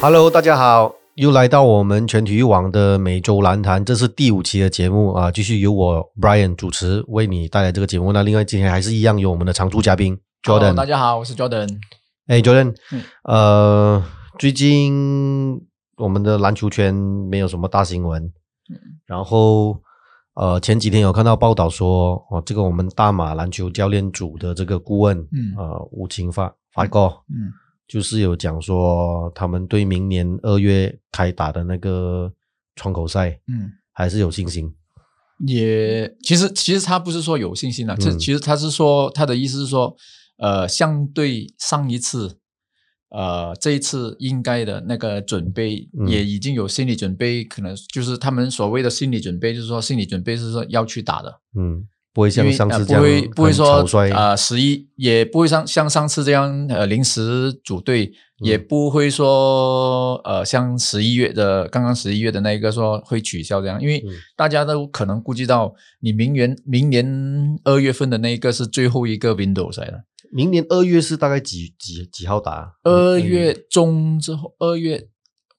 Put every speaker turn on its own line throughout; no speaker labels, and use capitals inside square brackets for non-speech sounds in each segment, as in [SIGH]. Hello，大家好，又来到我们全体育网的每周篮坛，这是第五期的节目啊，继续由我 Brian 主持，为你带来这个节目。那另外今天还是一样有我们的常驻嘉宾
Hello，
Jordan。
哦大家好，我是 Jordan。
哎，Jordan，、
嗯
呃，最近我们的篮球圈没有什么大新闻，
嗯
然后呃，前几天有看到报道说，哦，这个我们大马篮球教练组的这个顾问，
嗯
呃，吴清发发哥，
嗯，
就是有讲说他们对明年二月开打的那个窗口赛
嗯，
还是有信心，
也其实其实他不是说有信心了，这、
嗯
其实他是说他的意思是说，呃，相对上一次，呃，这一次应该的那个准备、
嗯
也已经有心理准备，可能就是他们所谓的心理准备，就是说心理准备是说要去打的，
嗯，不会
因
像
为
上次
呃、
这
不
样
会不会
很
说
草率，
呃十一也不会像像上次这样呃临时组队，也
嗯
不会说呃像十一月的刚刚十一月的那一个说会取消这样，因为
嗯
大家都可能估计到你明年明年二月份的那一个是最后一个 Windows 来了，
明年二月是大概几几几号打？
二月中之后二月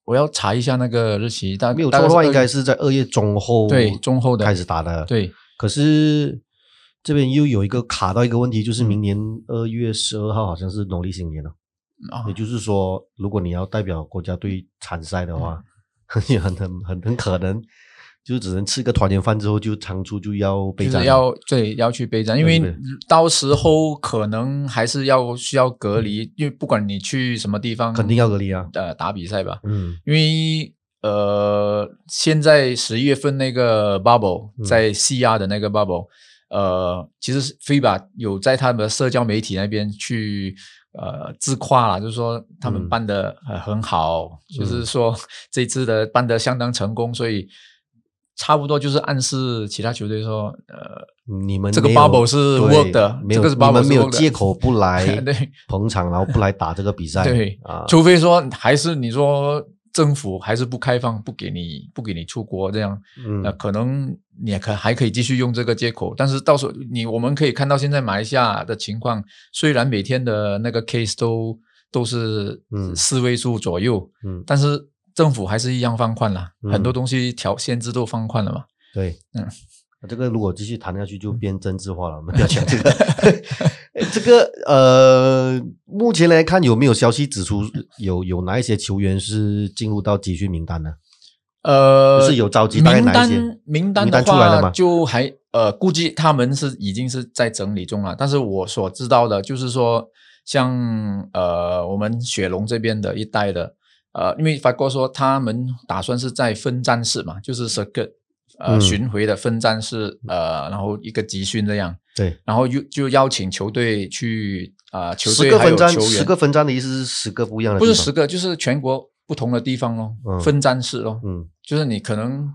我要查一下那个日期，大
没有
大
错
概
的
是
话，
2
应该
月
是在二月中后
对中后的
开始打的。，
对
可是这边又有一个卡到一个问题，
嗯
就是明年二月十二号好像是农历新年了，
啊
也就是说，如果你要代表国家队参赛的
嗯
话， [LAUGHS] 也很很很很可能就只能吃个团圆饭之后就仓促就要备
就
战
是
了，
要对要去备战，因
要去
为
备战
到时候可能还是要需要隔离，因为不管你去什么地方，
肯定要隔离啊。
呃打比赛吧，
嗯
因为呃现在十一月份那个 bubble
嗯
在西亚的那个 bubble，、呃其实是 FIBA 有在他们的社交媒体那边去。呃，自夸啦，就是说他们
嗯
办的呃很好，就是说这次的办的相当成功，所以差不多就是暗示其他球队说，呃，
嗯你们
这个
没有
bubble 是
对
work 的
没有
这个是
你
bubble
们
是
没有
work 的
借口不来
[LAUGHS] 对
捧场，然后不来打这个比赛。
[LAUGHS] 对
啊，
除非说还是你说政府还是不开放，不给你不给你出国这样，
嗯
那、可能你也可还可以继续用这个借口。但是到时候你我们可以看到现在马来西亚的情况，虽然每天的那个 case 都都是
嗯
四位数左右，
嗯，
但是政府还是一样放宽了，
嗯
很多东西条限制都放宽了嘛。
对，啊
嗯，
这个如果继续谈下去就变政治化了，我们不要讲这个。 [LAUGHS] 哎这个呃，目前来看有没有消息指出有有哪一些球员是进入到集训名单呢？
呃，
就是有召集大概
名
哪一些？
单名单
名
的
单出来了
话
吗，
就还呃，估计他们是已经是在整理中了。但是我所知道的，就是说像呃，我们雪龙这边的一带的，呃，因为法国说他们打算是在分站式嘛，就是 circuit 呃、
嗯
巡回的分站式，呃，然后一个集训这样，
对，
然后就就邀请球队去啊、呃球
十
队
个
还有
分站，
球员
十个分站的意思是十个不一样的
不
地
是
方，
十个，就是全国不同的地方咯，
嗯
分站式咯，
嗯
就是你可能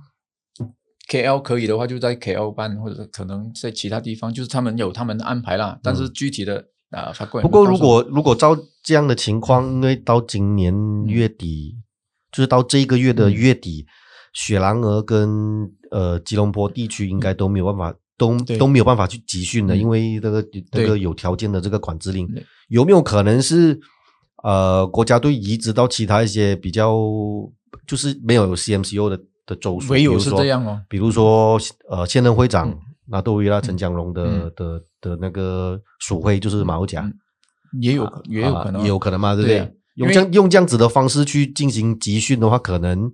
KL 可以的话，就在 KL 办，或者可能在其他地方，就是他们有他们的安排啦。但是具体的啊、法官
嗯不过，如果如果照这样的情况，因为到今年月底，就是到这个月的
嗯
月底，雪兰莪跟呃吉隆坡地区应该都没有办法，都
对
都没有办法去集训的，
嗯
因为这个这个
对
有条件的这个管制令
对，
有没有可能是呃国家队移植到其他一些比较就是没有 CMCO 的的州属，
唯有
比如
是
说
这样哦，
比如说呃现任会长
嗯
纳豆维拉陈江龙的、
嗯
的的那个属会就是马六甲。
嗯也有、也有可能、
啊也有可能嘛，对不
对
对？
啊因
用
为
这样用这样子的方式去进行集训的话，可能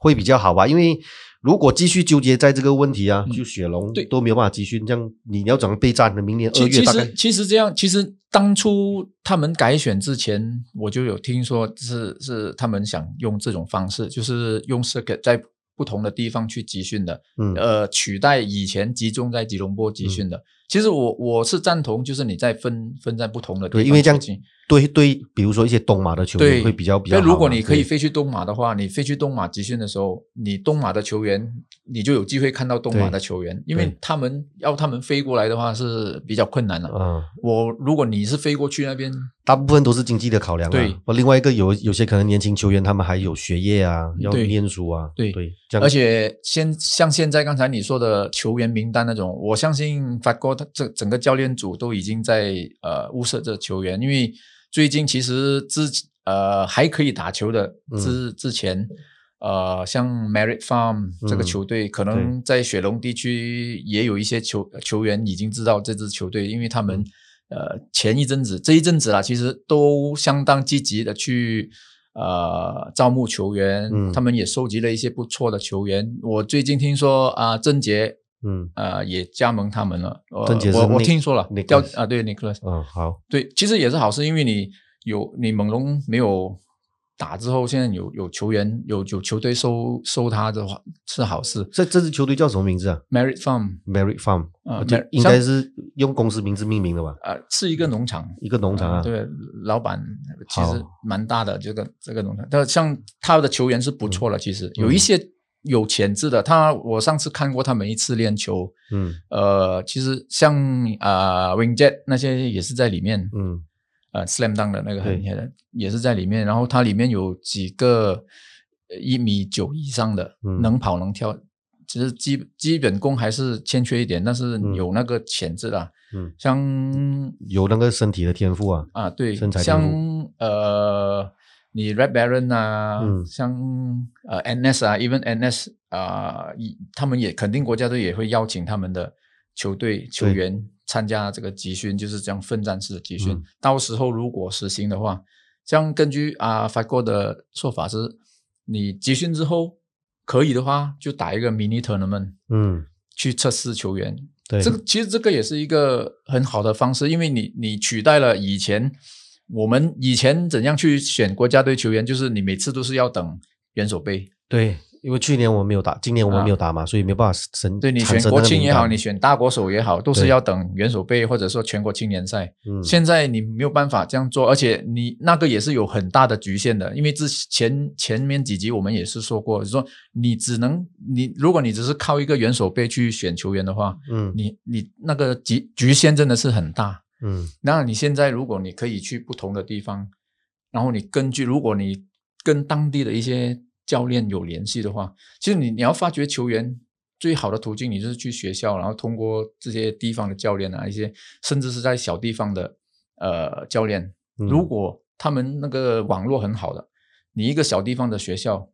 会比较好吧。因为如果继续纠结在这个问题啊，
嗯
就雪龙
对
都没有办法集训，这样你要怎么备战呢？明年二
其
月
其
大概
实，其实这样，其实当初他们改选之前，我就有听说是是他们想用这种方式，就是用 circuit 在不同的地方去集训的，
嗯
呃，取代以前集中在吉隆坡集训的。其实我我是赞同，就是你在分分在不同的地方
对因为这样
集训
对对，比如说一些东马的球
对
员会比较比较
那
好嘛。啊
如果你可以
对
飞去东马的话，你飞去东马集训的时候，你东马的球员，你就有机会看到东马
对
的球员，因为
对
他们要他们飞过来的话是比较困难的。
嗯，
我如果你是飞过去那边，
大部分都是经济的考量啊。
对，
另外一个有有些可能年轻球员他们还有学业啊，要
嗯对
念书啊，
对
对，这样
而且现像现在刚才你说的球员名单那种，我相信法国他这整个教练组都已经在呃物色这球员，因为最近其实之呃还可以打球的
嗯
之、之前，呃，像 Merit Farm 这个
嗯
球队，可能在雪龙地区也有一些球呃球员已经知道这支球队，因为他们、
嗯
呃前一阵子这一阵子啦，其实都相当积极的去。呃，招募球员，
嗯
他们也收集了一些不错的球员。我最近听说啊、郑杰
嗯
呃也加盟他们了。呃、
郑杰是
我我
Nick-
听说了，
Nicholas
叫啊对 Nicholas，
嗯，好，
对，其实也是好事，因为你有你猛龙没有打之后，现在有有球员有有球队收收他的话是好事。
这这支球队叫什么名字啊
Merit Farm
？Merrick Farm，
啊
哦就
Merrick-
应该是用公司名字命名的吧？
啊、呃、是一个农场，
一个农场啊，
对，老板其实
好
蛮大的这个这个农场，但像他的球员是
嗯
不错了，其实有一些有潜质的。他我上次看过他们一次练球，
嗯
呃，其实像啊、呃、Wingjet 那些也是在里面，
嗯
呃 Slam Dunk 的那个很
对
厉害的，也是在里面。然后它里面有几个呃一米九以上的，
嗯
能跑能跳，其实基基本功还是欠缺一点，但是
嗯
有那个潜质的。
嗯，
像
有那个身体的天赋啊，
啊，对，
身材天
像
赋
呃，你 Red Baron 啊，
嗯
像呃 NS 啊，even NS 啊、一他们也肯定国家队也会邀请他们的球队球
对
员参加这个集训，就是这样奋战式的集训。
嗯
到时候如果实行的话，像根据啊法国的说法是，你集训之后可以的话，就打一个 mini tournament
嗯，
去测试球员，
对，
这个其实这个也是一个很好的方式，因为你你取代了以前我们以前怎样去选国家队球员，就是你每次都是要等元首杯，
对，因为去年我们没有打，今年我们没有打嘛，所以没有办法生
啊对你
产
选
生
国
那个
青
名
也好，
单
你选大国手也好，都是
对
要等元首杯或者说全国青年赛。
嗯
现在你没有办法这样做，而且你那个也是有很大的局限的，因为之前前面几集我们也是说过，说你只能你如果你只是靠一个元首杯去选球员的话，
嗯
你你那个局局限真的是很大。
嗯
那你现在如果你可以去不同的地方，然后你根据如果你跟当地的一些教练有联系的话，其实你你要发掘球员最好的途径，你就是去学校，然后通过这些地方的教练啊，一些甚至是在小地方的呃教练，
嗯
如果他们那个网络很好的，你一个小地方的学校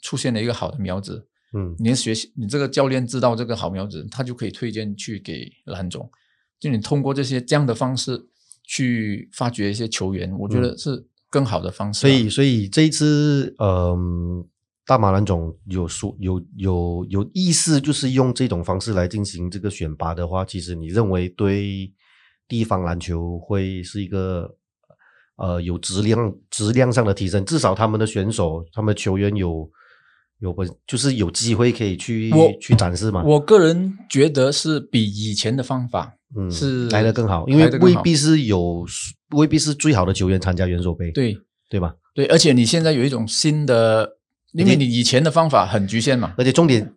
出现了一个好的苗子，
嗯
你的学习，你这个教练知道这个好苗子，他就可以推荐去给蓝总。就你通过这些这样的方式去发掘一些球员，我觉得是更好的方式
所
啊、
以，所以这一次，嗯，大马兰总有说有有有意思，就是用这种方式来进行这个选拔的话，其实你认为对地方篮球会是一个呃有质量质量上的提升，至少他们的选手、他们的球员有有本就是有机会可以去
我
去展示嘛，
我个人觉得是比以前的方法
嗯，
是
来的更好，因为
来得更
未
好
必是有未必是最好的球员参加元首杯，
对
对吧？
对，而且你现在有一种新的，因为你以前的方法很局限嘛，
而且重点，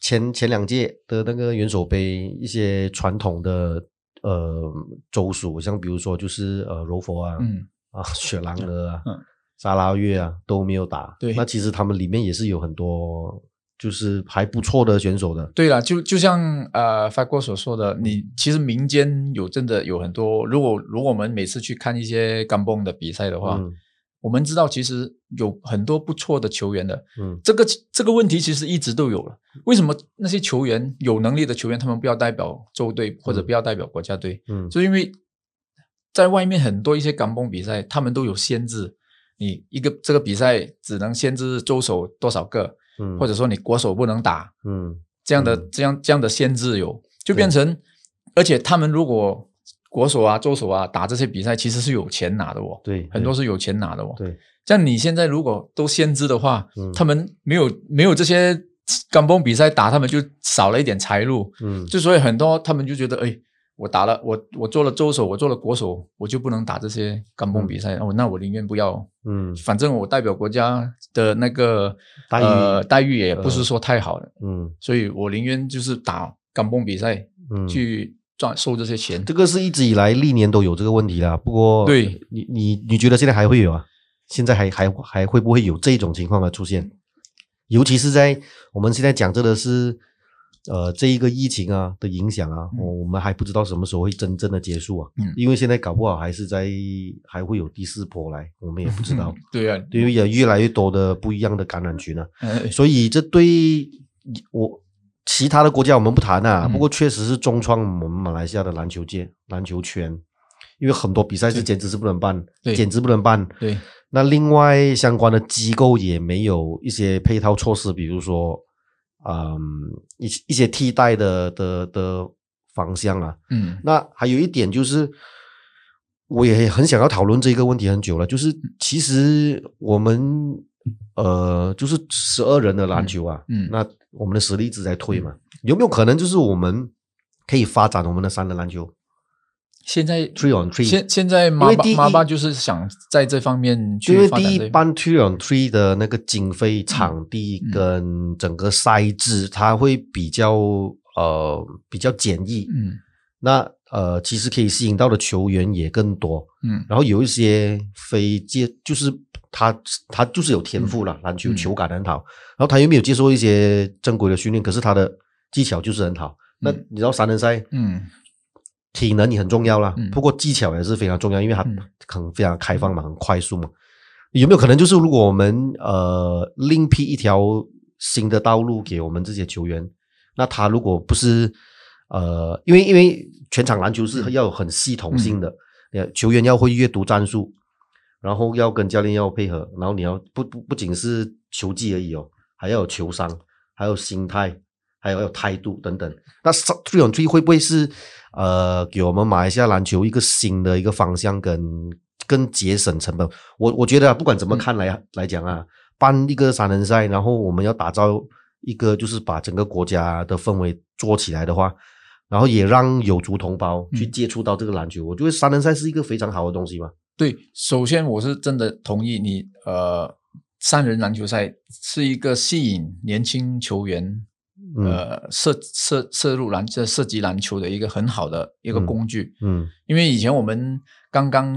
前前两届的那个元首杯，一些传统的呃州属，像比如说就是呃柔佛啊、
嗯，
啊雪兰莪啊、
嗯
沙拉越啊都没有打。
对
那其实他们里面也是有很多就是还不错的选手的。
对了，就就像呃发哥所说的，你其实民间有真的有很多，如果如果我们每次去看一些甘蹦的比赛的话，
嗯
我们知道其实有很多不错的球员的，
嗯
这个这个问题其实一直都有了。为什么那些球员有能力的球员，他们不要代表州队或者
嗯
不要代表国家队？
嗯
就因为在外面很多一些港蹦比赛，他们都有限制，你一个这个比赛只能限制州手多少个，
嗯，
或者说你国手不能打，
嗯
这样的、
嗯
这样这样的限制有，就
对
变成，而且他们如果国手啊、州手啊打这些比赛，其实是有钱拿的哦，
对
很多是有钱拿的哦。
对
像你现在如果都限制的话，
嗯
他们没有没有这些港崩比赛打，他们就少了一点财路，
嗯
就所以很多他们就觉得，哎，我打了我我做了州手，我做了国手，我就不能打这些港崩比赛，哦，那我宁愿不要，
嗯
反正我代表国家的那个
待遇
呃、待遇也不是说太好了，
嗯
所以我宁愿就是打港崩比赛、
嗯，
去赚收这些钱。
这个是一直以来历年都有这个问题啦。不过，
对
你你你觉得现在还会有啊？现在还还还会不会有这种情况的出现？尤其是在我们现在讲这个是呃这一个疫情啊的影响啊，
嗯
我我们还不知道什么时候会真正的结束啊，
嗯
因为现在搞不好还是在还会有第四波来，我们也不知道，
对啊，
因为有越来越多的不一样的感染群啊，
呃
所以这对我其他的国家我们不谈啊，
嗯
不过确实是重创我们马来西亚的篮球界、篮球圈，因为很多比赛是简直是不能办，
对
简直不能办。
对，
那另外相关的机构也没有一些配套措施，比如说，嗯，一些一些替代的的的方向啊。
嗯
那还有一点就是，我也很想要讨论这个问题很久了，
嗯
就是其实我们呃，就是十二人的篮球啊，
嗯嗯嗯
那我们的实力一直在退嘛，有没有可能就是我们可以发展我们的三人篮球
现在
，three on three？
现现在
因
马
为
巴
第一
马巴就是想在这方面
因
去
为
发展嗯
第
这
一
一
班 three on three 的那个经费、场地跟整个赛制，它会比较呃比较简易，
嗯
那呃其实可以吸引到的球员也更多。
嗯
然后有一些非接，就是他他就是有天赋了，篮球
嗯
球感很好，然后他又没有接受一些正规的训练，可是他的技巧就是很好。那
嗯
你知道三人赛，
嗯
体能也很重要啦，
嗯
不过技巧也是非常重要，因为它
嗯
很非常开放嘛，很快速嘛。有没有可能就是如果我们呃另辟一条新的道路给我们这些球员，那他如果不是呃，因为因为全场篮球是要有很系统性的，呃、球员要会阅读战术，然后要跟教练要配合，然后你要不不不仅是球技而已哦，还要有球商，还有心态，还有要有态度等等。那 three on three 会不会是呃给我们马来西亚篮球一个新的一个方向跟跟节省成本？我我觉得啊、不管怎么
嗯
看来、来讲啊，办一个三人赛，然后我们要打造一个就是把整个国家的氛围做起来的话。然后也让有族同胞去
嗯
接触到这个篮球，我觉得三人赛是一个非常好的东西嘛。
对，首先我是真的同意你，呃，三人篮球赛是一个吸引年轻球员
嗯
呃涉涉涉入篮这涉及篮球的一个很好的一个
嗯
工具。
嗯
因为以前我们刚刚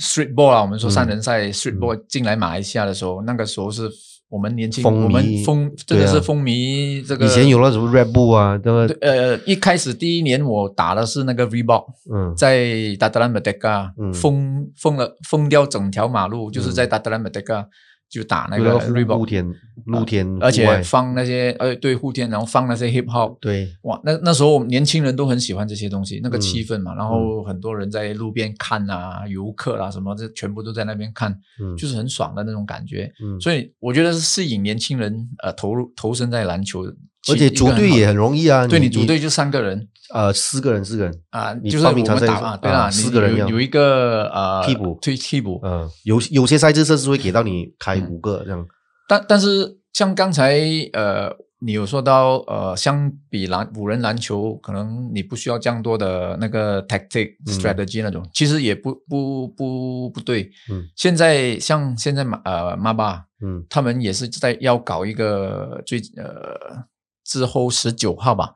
street ball 啊，我们说三人
嗯
赛 street ball 进来马来西亚的时候，那个时候是我们年轻，
风靡
我们风真
对
的
啊
是风靡这个。
以前有那什么 Red Bull 啊，那个
对呃，一开始第一年我打的是那个 Reebok，
嗯
在达达兰马德嘎
嗯
封封了封掉整条马路，就是在达达兰马德嘎就打那
有
个
那个露
Reebok，呃
天露天户外，
而且放那些呃对户天，然后放那些 hip hop，
对，
哇，那那时候我们年轻人都很喜欢这些东西，那个
嗯
气氛嘛，然后很多人在路边看啊，游客啊什么，这全部都在那边看，
嗯，
就是是很爽的那种感觉。
嗯，
所以我觉得是吸引年轻人呃投入投身在篮球，
而且组队也很
容
容易啊，
易对你组队就三个人
呃四个人四个人，
啊，
你
就是
报
我
名
们
场赛
打
是
嘛，对
啊
啦，你
四个人
有
要
有一个呃
替补
对替补，
嗯，有有些赛制设施会给到你开
嗯
五个这样，
但但是像刚才呃，你有说到呃，相比篮五人篮球，可能你不需要这样多的那个 tactic
嗯
strategy 那种，其实也不不不不对。
嗯
现在像现在马呃马巴
嗯
他们也是在要搞一个最呃之后十九号吧，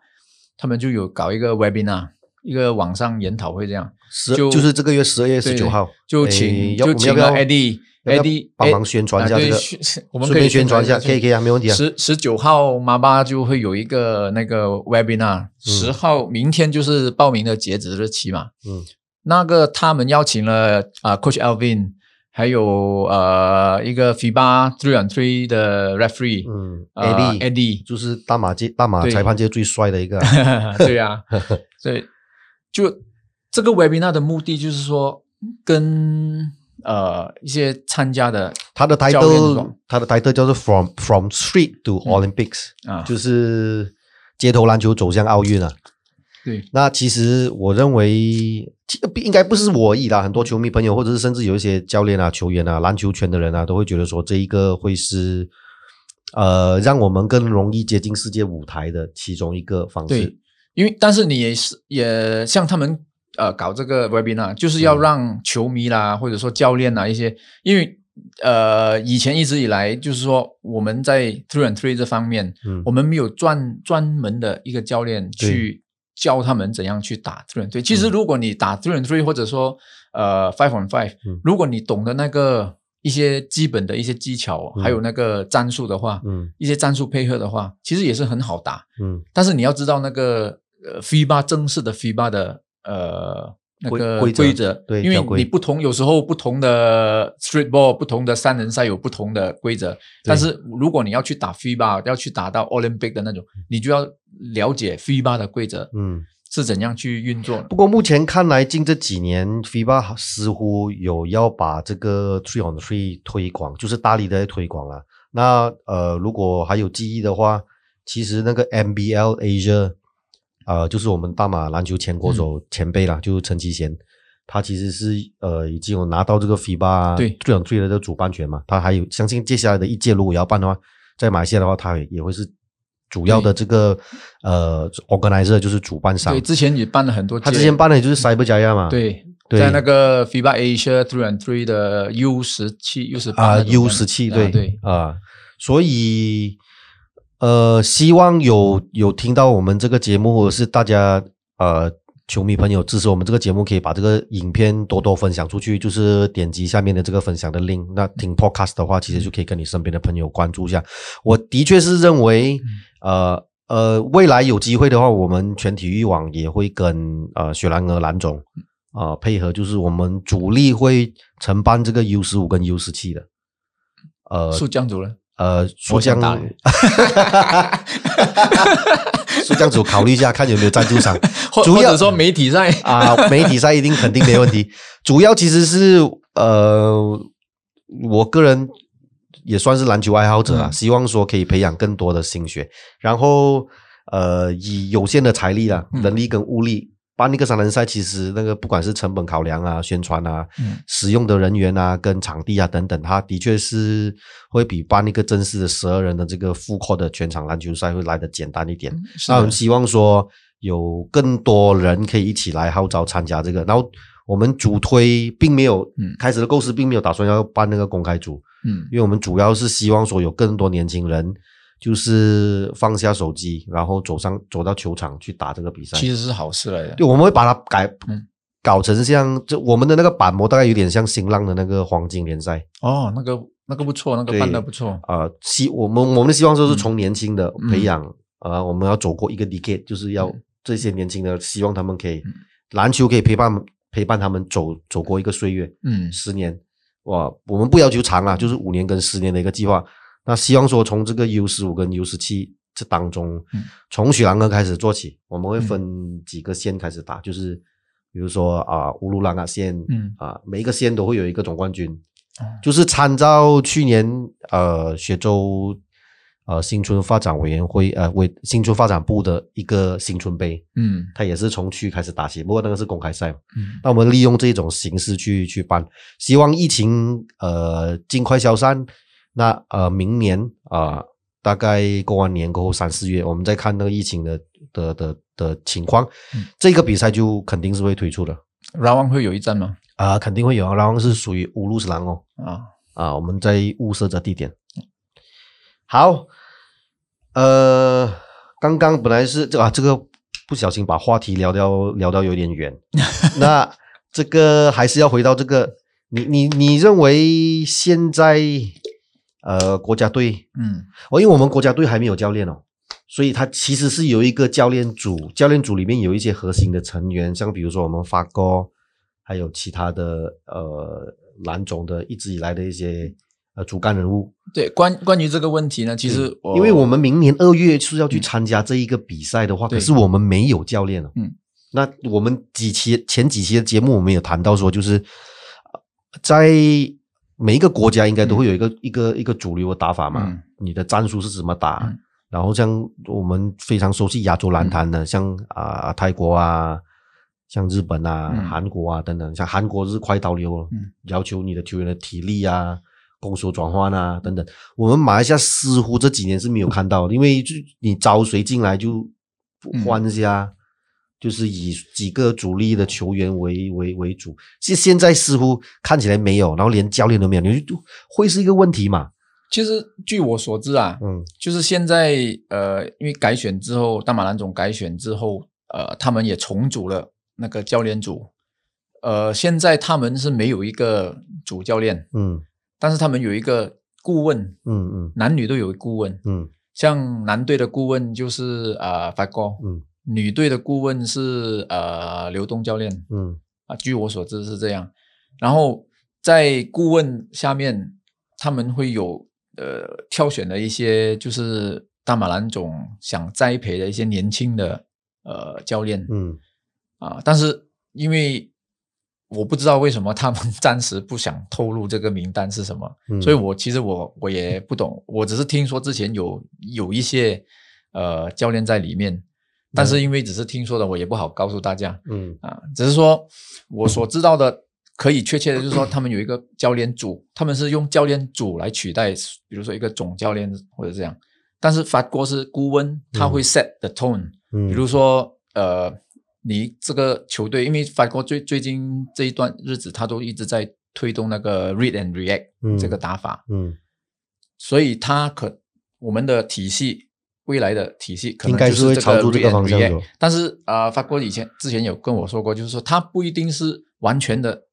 他们就有搞一个 webinar，一个网上研讨会这样。
十
就
就是这个月十二月
对
十九号，
就
哎
请
要
就
我们
请
要不
了
要
Eddie
要不要
Eddie
帮忙宣传一下
啊
这
对
个
宣我们
顺
可以
便宣传一下，
宣
可
传
以可以啊，没问题啊，
十十九号妈妈就会有一个那个
嗯
webinar，十、0号明天就是报名的截止日期嘛。
嗯
那个他们邀请了啊、呃 Coach Alvin，还有呃一个 FIBA Three on Three 的 referee，、
嗯
呃
，Eddie
Eddie，
就是大马界大马
对
裁判界最帅的一个
[LAUGHS]
啊，
对
[LAUGHS]
呀、啊，所以就这个 webinar 的目的就是说跟呃一些参加的
他的
教练是
title
吧嗯
他的 title 叫做 From From Street to Olympics，
啊，
就是街头篮球走向奥运啊。
对，
那其实我认为，其不应该不是我而已啦，很多球迷朋友，或者是甚至有一些教练啊、球员啊、篮球圈的人啊，都会觉得说，这一个会是呃，让我们更容易接近世界舞台的其中一个方式
对。，因为但是你也是也像他们呃搞这个 webinar，就是要
嗯
让球迷啦，或者说教练啦一些，因为呃以前一直以来就是说我们在 three and three 这方面，
嗯
我们没有专专门的一个教练去教他们怎样去打 three and three。其实如果你打 three and three，或者说呃 five on five，、
嗯
如果你懂得那个一些基本的一些技巧，还有那个战术的话，
嗯
一些战术配合的话，其实也是很好打。
嗯，
但是你要知道那个呃 FIBA 正式的 FIBA 的呃那个
规规则
规则，
对
因为
条规
你不同，有时候不同的 street ball、不同的三人赛有不同的规则。但是如果你要去打 FIBA，要去打到 Olympic 的那种，你就要了解 FIBA 的规则
嗯。
是怎样去运作的。
不过目前看来，近这几年 FIBA 似乎有要把这个 three on three 推广，就是大力的在推广了。那呃，如果还有记忆的话，其实那个 NBL Asia，呃，就是我们大马篮球前国
嗯
手前辈啦，就是陈其贤，他其实是呃已经有拿到这个 FIBA
对
three on three 的这个主办权嘛。他还有相信接下来的一届如果要办的话，在马来西亚的话，他也也会是主要的这个呃 organizer 就是主办商
对，。之前也办了很多届，
他之前办的就是 Cyber 加亚嘛，
对。
对
在那个 FIBA Asia Three and Three 的 U 十七、U 十
啊
八
U 十七对
对，
啊，所以呃，希望有有听到我们这个节目，或者是大家呃球迷朋友支持我们这个节目，可以把这个影片多多分享出去，就是点击下面的这个分享的 link。那听 podcast 的话，其实就可以跟你身边的朋友关注一下。我的确是认为，呃。呃，未来有机会的话，我们全体育网也会跟呃雪兰莪蓝总啊、呃配合，就是我们主力会承办这个 U 十五跟 U 十七的，呃
是这样子了。
呃，
我
说这
想
样
打，
[LAUGHS] 说这样子，我考虑一下，看有没有赞助商
或
主
或
要
者说媒体赛，
啊。媒体赛一定肯定没问
[LAUGHS]
题，主要其实是呃，我个人也算是篮球爱好者啊，
嗯
希望说可以培养更多的心血，然后呃，以有限的财力啊、
嗯
人力跟物力。办一个三人赛，其实那个不管是成本考量啊、宣传啊、
嗯
使用的人员啊、跟场地啊等等，它的确是会比办一个正式的十二人的这个复扣的全场篮球赛会来的简单一点。
是
那我
的
们希望说有更多人可以一起来号召参加这个。然后我们主推并没有、
嗯
开始的构思，并没有打算要办那个公开组，
嗯
因为我们主要是希望说有更多年轻人就是放下手机，然后走上走到球场去打这个比赛。
其实是好事来的。
对，我们会把它改。
嗯
搞成像这我们的那个板模大概有点像新浪的那个黄金联赛，
哦，那个那个不错，那个
对
办的不错。
呃，希我们我们的希望说是
嗯
从年轻的
嗯
培养，呃，我们要走过一个 decade，就是要
嗯
这些年轻的，希望他们可以
嗯
篮球可以陪伴陪伴他们走走过一个岁月，
嗯，
十年，哇，我们不要求长啊，就是五年跟十年的一个计划。那希望说从这个 U 十五跟 U 十七这当中，
嗯
从雪兰莪开始做起，我们会分几个县开始打，就是比如说啊、乌鲁兰啊县，
嗯
啊、每一个县都会有一个总冠军，
哦
就是参照去年呃雪州呃新村发展委员会呃为新村发展部的一个新村杯，
嗯
它也是从区开始打起，不过那个是公开赛嘛。
嗯
那我们利用这种形式去去办，希望疫情呃尽快消散。那呃，明年啊、呃大概过完年过后三四月，我们再看那个疫情的的的的情况，
嗯
这个比赛就肯定是会推出的
拉旺会有一站吗？
啊、肯定会有啊。然后是属于乌鲁斯兰哦
啊，
啊、我们在物色着地点。好，呃，刚刚本来是这啊，这个不小心把话题聊到聊到有点远，那这个还是要回到这个，你你你认为现在呃国家队，
嗯
哦，因为我们国家队还没有教练哦，所以他其实是有一个教练组，教练组里面有一些核心的成员，像比如说我们发哥，还有其他的呃蓝总的一直以来的一些呃主干人物，
对，关关于这个问题呢，其实嗯我
因为我们明年二月是要去参加这一个比赛的话，
嗯对
可是我们没有教练了。哦
嗯，
那我们几期前几期的节目，我们也谈到说，就是呃在每一个国家应该都会有一个、一个一个主流的打法嘛，
嗯
你的战术是怎么打？
嗯
然后像我们非常熟悉亚洲篮坛
嗯
的，像啊、泰国啊，像日本啊、
嗯
韩国啊等等，像韩国是快刀流，
嗯
要求你的球员的体力啊、攻守转换啊等等。我们马来西亚似乎这几年是没有看到的，因为就你招谁进来就换一下，
嗯
就是以几个主力的球员为为为主。现现在似乎看起来没有，然后连教练都没有，你就会是一个问题嘛？
其实据我所知啊，
嗯
就是现在呃，因为改选之后，大马蓝总改选之后，呃，他们也重组了那个教练组，呃，现在他们是没有一个主教练，
嗯
但是他们有一个顾问，
嗯嗯
男女都有顾问，
嗯
像男队的顾问就是呃法哥，
嗯
女队的顾问是呃刘东教练
嗯
啊，据我所知是这样。然后在顾问下面，他们会有呃挑选的一些就是大马兰总想栽培的一些年轻的呃教练，
嗯
啊，但是因为我不知道为什么他们 [LAUGHS] 暂时不想透露这个名单是什么，
嗯，
所以我其实我我也不懂，我只是听说之前有有一些呃教练在里面，但是因为只是听说的，我也不好告诉大家
嗯
啊，只是说我所知道的。可以确切的就是说，他们有一个教练组，他们是用教练组来取代，比如说一个总教练或者这样。但是法国是顾问，他会 set the tone，、
嗯，
比如说呃，你这个球队，因为法国最最近这一段日子，他都一直在推动那个 read and react
嗯
这个打法，
嗯
所以他可我们的体系。未来的体系可能
应该
就是
会朝
这
住这个
read and
方向
react
走
但是啊、呃法国以前之前有跟我说过，就是说他不一定是完全的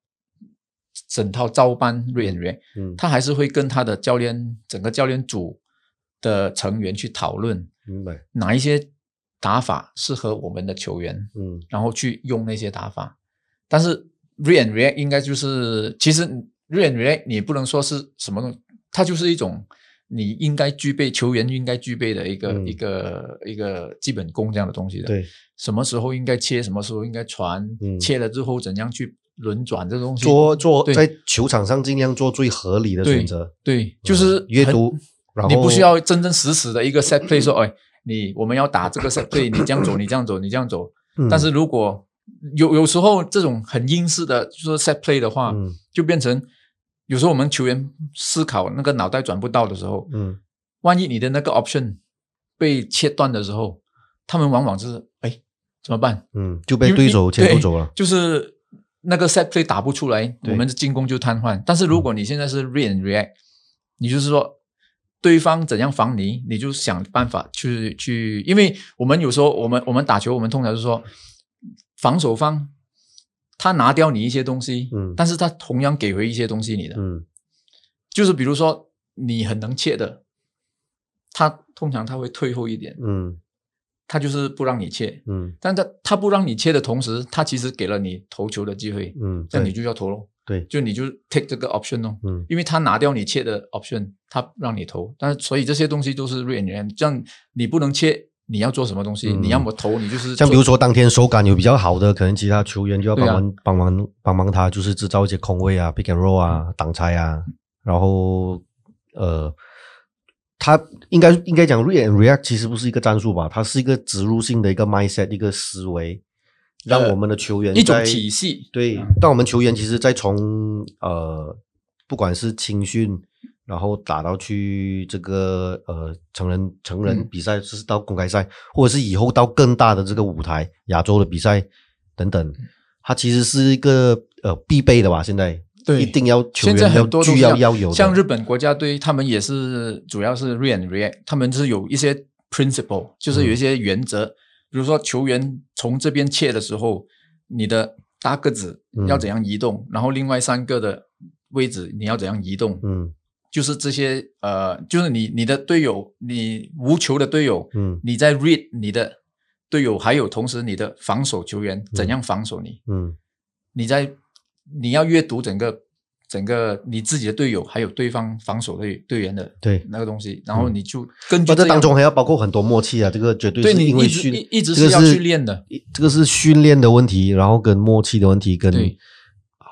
整套照搬 read and react，
嗯
他还是会跟他的教练整个教练组的成员去讨论
明白，
哪一些打法适合我们的球员，
嗯
然后去用那些打法。但是 re and react 应该就是，其实 re and react 你不能说是什么东西，它就是一种你应该具备球员应该具备的一个、
嗯
一个一个基本功这样的东西的。，
对，
什么时候应该切，什么时候应该传，
嗯
切了之后怎样去轮转这个东西。
做做
对
在球场上尽量做最合理的
对
选择，
对，就是
嗯阅
很
读，然后
你不需要真真实实的一个 set play 说，哎，你我们要打这个 set play，你这样走，你这样走，你这样走。
嗯，
但是如果有有时候这种很英式的就是 set play 的话，
嗯
就变成有时候我们球员思考那个脑袋转不到的时候，
嗯
万一你的那个 option 被切断的时候，他们往往就是哎怎么办？
嗯就被
因为
对手牵
对
头走了，
就是那个 set play 打不出来，
对
我们的进攻就瘫痪。但是如果你现在是 re and react，你就是说对方怎样防你，你就想办法去去，因为我们有时候我们我们打球，我们通常是说防守方他拿掉你一些东西，
嗯
但是他同样给回一些东西你的，
嗯
就是比如说你很能切的，他通常他会退后一点，
嗯
他就是不让你切。
嗯
但他他不让你切的同时，他其实给了你投球的机会。
嗯，
这样
对
你就要投咯，
对
就你就 take 这个 option 咯，
嗯
因为他拿掉你切的 option，他让你投，但是所以这些东西都是 re and react，这样你不能切，你要做什么东西，
嗯
你要么投，你就是
像比如
做
说当天手感有比较好的，可能其他球员就要帮
对啊
忙、帮忙帮忙他，就是制造一些空位啊、pick and roll
嗯
啊、挡拆啊，然后呃，他应该应该讲 re and react 其实不是一个战术吧，它是一个植入性的一个 mindset 一个思维，让我们的球员
呃一种
在
体系，
对，让我们球员其实，在从呃，不管是青训，然后打到去这个呃成人成人
嗯
比赛，是到公开赛，或者是以后到更大的这个舞台，亚洲的比赛等等，
嗯
它其实是一个呃必备的吧？现在
对
一定要球
现在
员要
很多都
具
是
要
这样
要有的
像日本国家队，他们也是主要是 re and react，他们是有一些 principle，就是
嗯
有一些原则，比如说球员从这边切的时候，你的大个子
嗯
要怎样移动，然后另外三个的位置你要怎样移动，
嗯
就是这些呃，就是你你的队友，你无球的队友，
嗯
你在 read 你的队友，还有同时你的防守球员怎样防守你，
嗯
你在你要阅读整个整个你自己的队友，还有对方防守队队员的
对。
那个东西，然后
嗯
你就根据
那这
样
当中还要包括很多默契啊，这个绝对
对
是
你
因为
一直
训
一一直
这个
是要
是
去练的，
一这个是训练的问题，然后跟默契的问题，跟
对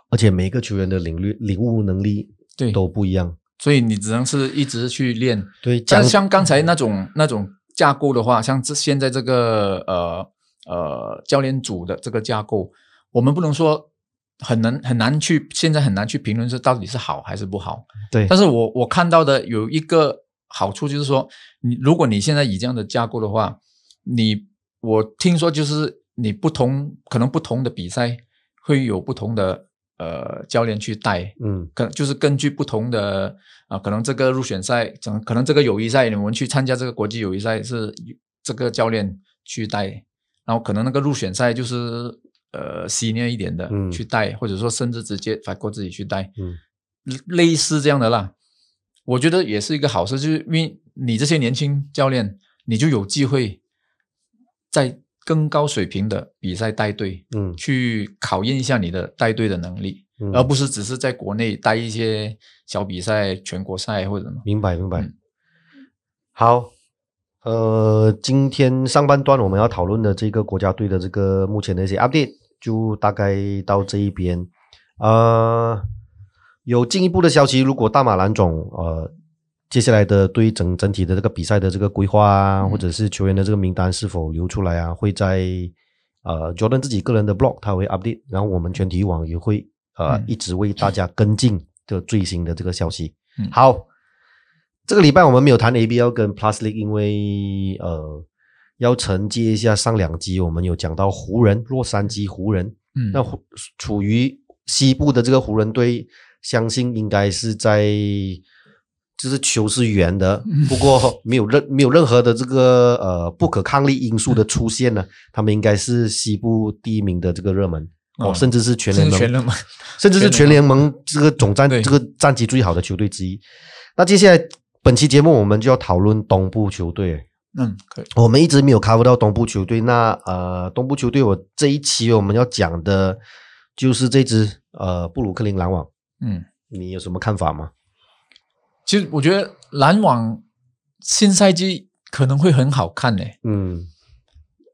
而且每一个球员的领略领悟能力
对，
都不一样。
所以你只能是一直去练。
对，讲嗯
但像刚才那种那种架构的话，像这现在这个呃呃教练组的这个架构，我们不能说很难很难去现在很难去评论是到底是好还是不好。
对，
但是我我看到的有一个好处就是说，你如果你现在以这样的架构的话，你我听说就是你不同可能不同的比赛会有不同的呃教练去带，
嗯
可能就是根据不同的啊、可能这个入选赛，可能可能这个友谊赛，我们去参加这个国际友谊赛是这个教练去带，然后可能那个入选赛就是呃 senior 一点的
嗯
去带，或者说甚至直接法国自己去带。
嗯
类似这样的啦。我觉得也是一个好事，就是因为你这些年轻教练，你就有机会在更高水平的比赛带队，
嗯
去考验一下你的带队的能力，
嗯，
而不是只是在国内带一些小比赛、全国赛或者什么。
明白明白
嗯。
好，呃，今天上半段我们要讨论的这个国家队的这个目前的一些 update 就大概到这一边。呃，有进一步的消息，如果大马蓝总呃接下来的对整整体的这个比赛的这个规划啊，
嗯
或者是球员的这个名单是否流出来啊，会在呃 Jordan 自己个人的 blog 他会 update，然后我们全体育网也会呃、
嗯
一直为大家跟进的最新的这个消息。
嗯
好，这个礼拜我们没有谈 ABL 跟 Plus League，因为呃要承接一下上两集我们有讲到湖人、洛杉矶湖人，
嗯，
那湖处于西部的这个湖人队，相信应该是在就是球是圆的，不 [LAUGHS] 过没有任没有任何的这个呃不可抗力因素的出现呢，他们应该是西部第一名的这个热门哦，
嗯
甚至是全
这
联
是
盟
全能嘛？
甚至是全联盟这个总战
对
这个战绩最好的球队之一。那接下来本期节目我们就要讨论东部球队，
嗯，可以。
我们一直没有 cover 到东部球队。那呃，东部球队我这一期我们要讲的就是这支呃布鲁克林篮网，
嗯，
你有什么看法吗？
其实我觉得篮网新赛季可能会很好看呢、
嗯，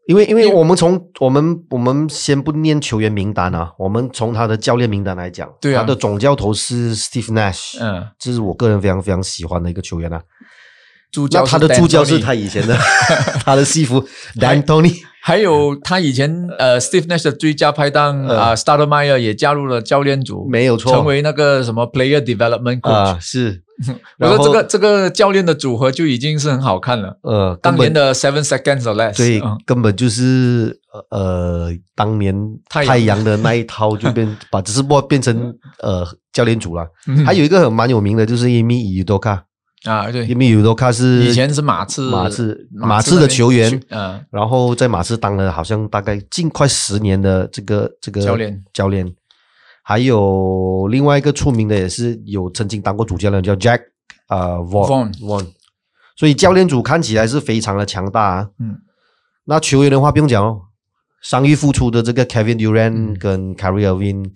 因为因为我们从我们我们先不念球员名单啊，我们从他的教练名单来讲，
对啊
他的总教头是 Steve Nash，、
嗯，
这是我个人非常非常喜欢的一个球员啊。
助教
那他的助教是
Dan Tony
他以前
[LAUGHS]
的，他的西服 Dan Tony，
还有他以前呃，Steve Nash 的最佳拍档
呃
啊、s t a r d e m e y e r 也加入了教练组，
没有错，
成为那个什么 Player Development
啊、
Coach。
是，
[LAUGHS] 我
然
说
后
这个这个教练的组合就已经是很好看了。
呃，根
当
本
年的 Seven Seconds or Less，
对
嗯，
根本就是呃呃，当年
太阳
太阳的那一套就
[LAUGHS]
变把只是波变成呃教练组了。
嗯
还有一个很蛮有名的就是伊米伊多卡，
啊，
伊
对，
米伊多卡是
以前是马刺
马刺
马
马
刺
刺
的
的球员，
嗯，
然后在马刺当了好像大概近快十年的这个这个
教练
教练，还有另外一个出名的也是有曾经当过主教练叫 Jack 啊、呃、Vaughn
Vaughn
Vaughn，所以教练组看起来是非常的强大、啊。
嗯，
那球员的话不用讲哦，伤愈复出的这个 Kevin
嗯
Durant 跟 k a r i Irving，、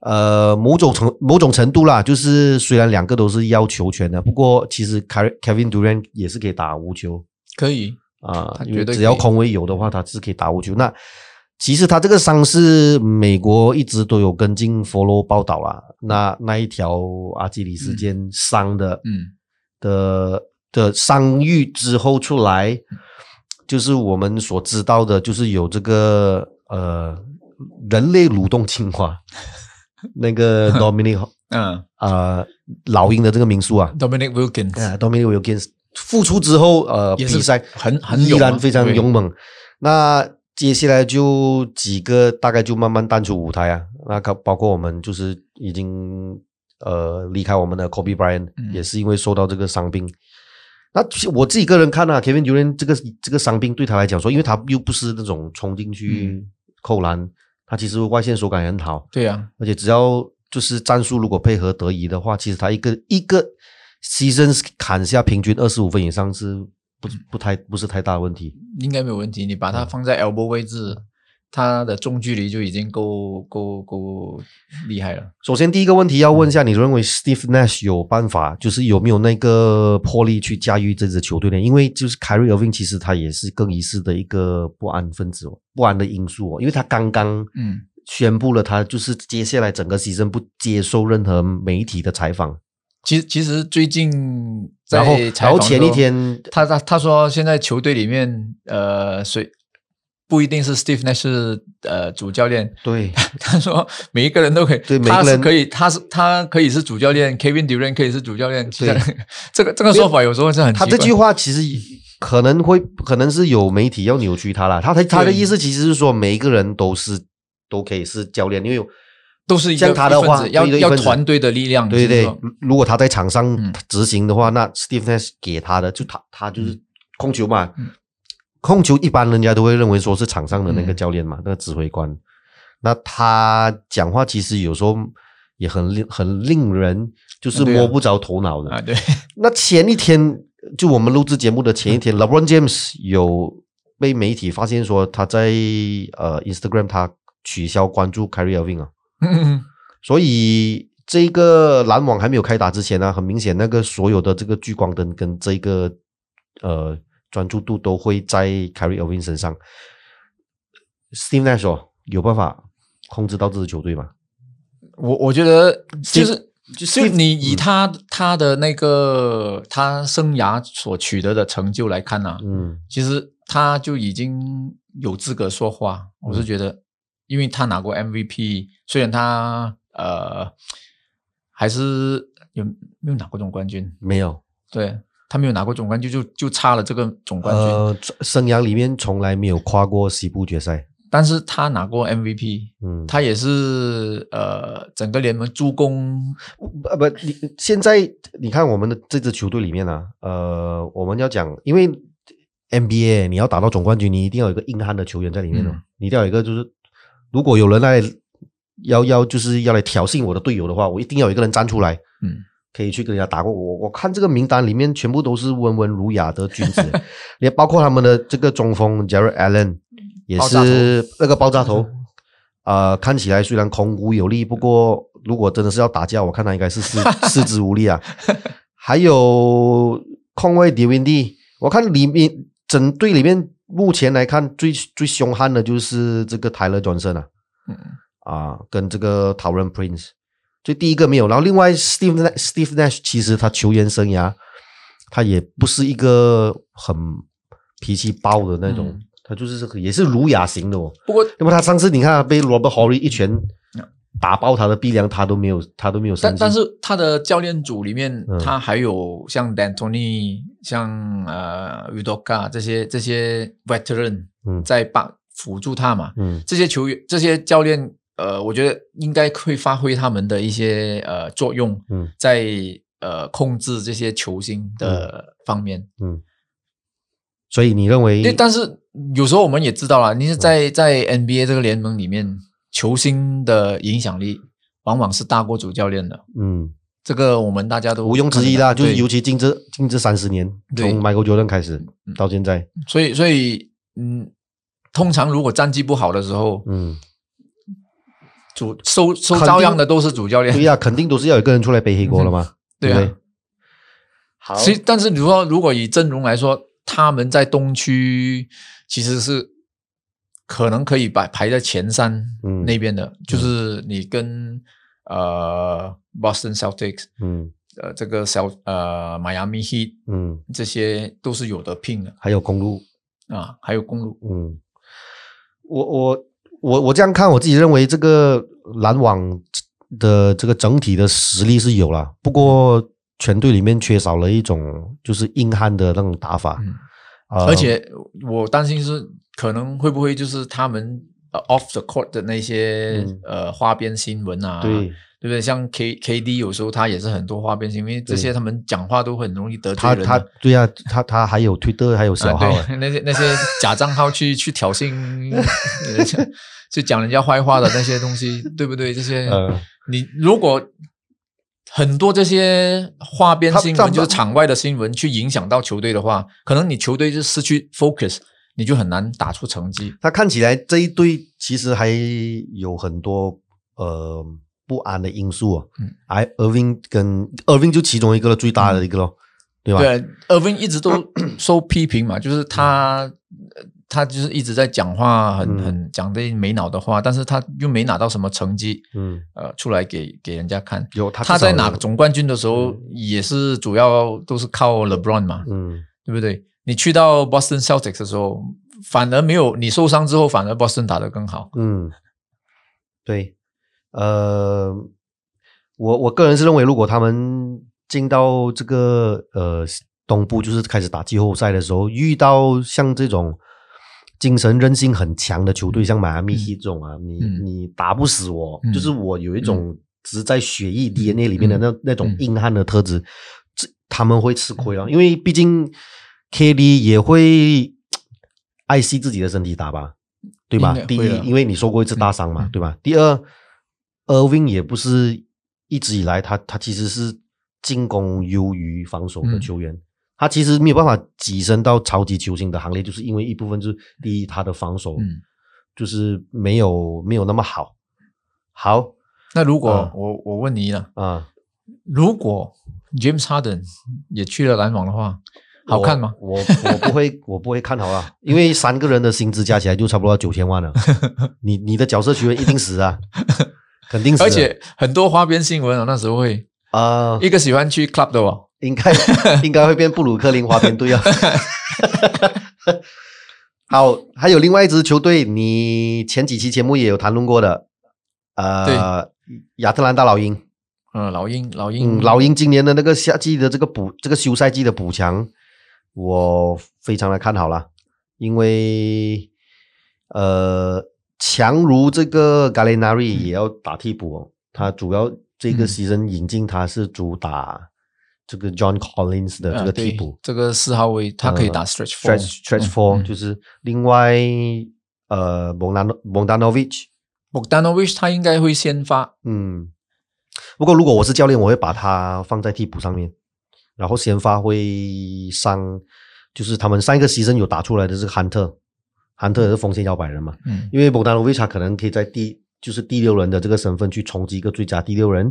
呃，某种程某种程度啦，就是虽然两个都是要球权的，不过其实 Kar- Kevin Durant 也是可以打无球。
可以，
啊
他，
因
绝
为
对
只
可
要
以
空位有的话，他是可以打无球。那其实他这个伤是美国一直都有跟进 follow 报道啦。那那一条阿基里斯腱伤的、
嗯
的的伤愈之后出来，
嗯
就是我们所知道的，就是有这个呃人类蠕动进
[LAUGHS]
化那个 Dominic
嗯
呃老鹰的这个名
[LAUGHS]
宿啊，
，Dominic Wilkins
呃，Dominic Wilkins 复出之后，呃，
也
比
是
赛
很很
依
勇
然
啊
非常
对
勇猛。那接下来就几个大概就慢慢淡出舞台啊，那包包括我们就是已经呃离开我们的 Kobe Bryant，、
嗯
也是因为受到这个伤病。那其实我自己个人看啊，Kevin Durant 这个这个伤病对他来讲说，因为他又不是那种冲进去
嗯
扣篮，他其实外线手感也很好，
对啊呀，
而且只要就是战术如果配合得宜的话，其实他一个一个 season 砍下平均二十五分以上是不不太不是太大的问题。
应该没有问题。你把它放
嗯
在 elbow 位置，它的中距离就已经够够够厉害了。
首先第一个问题要问一下，
嗯
你认为 Steve Nash 有办法，就是有没有那个魄力去驾驭这支球队呢？因为就是 Kyrie Irving 其实他也是更衣室的一个不安分子哦，不安的因素哦，因为他刚刚
嗯
宣布了他就是接下来整个 season 不接受任何媒体的采访，
其实其实最近在
然后
采
然后
访
前
的
一
时候
天
他他他说现在球队里面呃谁不一定是 Steve Nash 是呃主教练，
对。
[LAUGHS] 他说每一个人都可以，
对每一
他
个
是
人
可以，他是他可以是主教练，Kevin Durant 可以是主教练，其他
对
人 [LAUGHS] 这个这个说法有时候是很奇
他
怪
这句话其实可能会，可能是有媒体要扭曲他啦。他的他的意思其实是说，每一个人都是都可以是教练，因为
都是一个
像他的
一分子
话
要
对的一
要
分子
团队的力量，
对
就是
对
说
对，如果他在场上
嗯
执行的话，那 Steve Nash 给他的就他他就是控球嘛
嗯，
控球一般人家都会认为说是场上的那个
嗯
教练嘛，那个指挥官。那他讲话其实有时候也很令很令人就是
对啊
摸不着头脑的。
啊，对， [LAUGHS]
那前一天就我们录制节目的前一天、l e b r o n James 有被媒体发现说他在呃 Instagram 他取消关注 Kyrie Irving 啊，
嗯
所以这个篮网还没有开打之前呢、很明显那个所有的这个聚光灯跟这个呃专注度都会在 Kyrie Irving 身上。Steve Nash 哦有办法控制到这支球队吗？
我我觉得就是
Steve-
就你以他他的那个他生涯所取得的成就来看啊呢、
嗯
其实他就已经有资格说话。我
嗯
是觉得，因为他拿过 MVP，虽然他呃还是有没有拿过总冠军，
没有，
对他没有拿过总冠军，就就差了这个总冠军。
呃，生涯里面从来没有跨过西部决赛。
但是他拿过 MVP，
嗯，
他也是呃整个联盟助攻，
不呃不，你现在你看我们的这支球队里面呢、呃，我们要讲，因为 NBA 你要打到总冠军，你一定要有一个硬汉的球员在里面哦，
嗯
你一定要有一个就是，如果有人来要要就是要来挑衅我的队友的话，我一定要有一个人站出来，
嗯，
可以去跟人家打过。我我看这个名单里面全部都是温文儒雅的君子，连包括他们的这个中锋 Jared Allen 也
爆炸
是那个爆炸头。呃，看起来虽然空无有力，不过如果真的是要打架，我看他应该是 [LAUGHS] 四四肢无力啊。还有控卫 d 文 d 我看里面整队里面目前来看最最凶悍的就是这个泰勒·转身啊，
嗯
啊，跟这个 t a r o n Prince，就第一个没有，然后另外 Steve Na- Steve Nash 其实他球员生涯他也不是一个很脾气暴的那种，
嗯
他就是这个也是儒雅型的哦。
不过
那么他上次你看他被 Robert Horry 一拳打爆他的鼻梁，他都没有他都没有生
嗯但
气，
但是他的教练组里面，
嗯
他还有像 D'Antoni、像呃 Udoka 这些这些 veteran
嗯
在帮辅助他嘛。
嗯
这些球员、这些教练，呃，我觉得应该会发挥他们的一些呃作用，
嗯
在呃控制这些球星的方面。
嗯，所以你认嗯为
对，但是有时候我们也知道啦，你是在在 NBA 这个联盟里面，球星的影响力往往是大过主教练的。
嗯
这个我们大家都
毋庸置疑啦，
看得到
就是
对
尤其近这近这三十年，
对
从 Michael Jordan 开始
嗯
到现在，
所以所以嗯，通常如果战绩不好的时候，
嗯，
主收收遭殃的都是主教练
对。呀、肯定都是要有一个人出来背黑锅了嘛，
对
不
啊
对？好
其实，但是你说如果以阵容来说，他们在东区其实是可能可以排排在前三
嗯
那边的，就是你跟呃 Boston Celtics
嗯
呃这个小呃 Miami Heat
嗯，
这些都是有得拼的
还有公路，
啊，还有公路。
嗯，我我我我这样看，我自己认为这个篮网的这个整体的实力是有了，不过全队里面缺少了一种就是硬汉的那种打法，
嗯
呃
而且我担心是可能会不会就是他们呃 off the court 的那些、
嗯
呃花边新闻啊，
对。
对不对？像 K
嗯
K D 有时候他也是很多花边新闻，因为这些他们讲话都很容易得罪
他
人的。
他对呀、他他还有推特，还有小
啊
号、
对 [LAUGHS]
啊，
那些那些假账号去去挑衅 [LAUGHS] 人家，去讲人家坏话的那些东西，对不对？这些、
呃
你如果很多这些花边
他
新
他
闻，就是场外的新闻，去影响到球队的话，可能你球队就失去 focus，你就很难打出成绩。
他看起来这一队其实还有很多呃不安的因素哦。
嗯，
哎，厄运跟厄运就其中一个了，最大的一个咯，对吧？
对，厄文一
[COUGHS]
直都受批评嘛，就是他，呃他就是一直在讲话很，
嗯
很讲这些没脑的话，但是他又没拿到什么成绩，
嗯，
呃，出来给给人家看。
有他
他
至少
在
有
拿总冠军的时候，
嗯
也是主要都是靠 LeBron 嘛，
嗯
对不对？你去到 Boston Celtics 的时候，反而没有你受伤之后，反而 Boston 打得更好。
嗯，对，呃，我我个人是认为，如果他们进到这个呃东部，就是开始打季后赛的时候，遇到像这种精神韧性很强的球队，像迈阿密
嗯
Heat 这种啊，你
嗯
你打不死我，
嗯
就是我有一种只在血液 DNA 里面的那、那种
嗯
硬汉的特质，这他们会吃亏啊，因为毕竟 KD 也会爱惜自己的身体打吧，对吧
应该？
第
会啊
一
的，
因为你受过一次大伤嘛，
嗯
对吧？第二，Irving 也不是一直以来他他其实是进攻优于防守的
嗯
球员，他其实没有办法跻身到超级球星的行列，就是因为一部分就是第一他的防守
嗯，
就是没有没有那么好，好
那如果、
啊
我我问你了，
啊，
如果 James Harden 也去了篮网的话，好看吗？
我我我不
[LAUGHS]
会我不会看好啊，因为三个人的薪资加起来就差不多要九千万
[LAUGHS]
了，你你的角色球员一定死啊，肯定死的，
而且很多花边新闻啊，那时候会
啊、
一个喜欢去 club 的哦，
应该应该会变布鲁克林花边队啊。 [LAUGHS] 好，还有另外一支球队，你前几期节目也有谈论过的，呃，亚特兰大老鹰，
嗯，老鹰，老鹰，
嗯，老鹰今年的那个夏季的这个补这个休赛季的补强，我非常的看好啦，因为呃，强如这个 Gallinari 也要打替补哦，他主要这个
嗯
season 引进他是主打这个 John Collins 的
呃
这个
对
替补、
这个四号位他可以打
嗯
stretch four，
stretch stretch
嗯
four，、就是另外呃 b o g d a n b o g d a n o v i c
Bogdanovich 他应该会先发，
嗯，不过如果我是教练，我会把他放在替补上面，然后先发挥上，就是他们上一个牺牲有打出来的这个汉特，汉特也是锋线摇摆人嘛，
嗯
因为博达罗维查可能可以在第就是第六人的这个身份去冲击一个最佳第六人，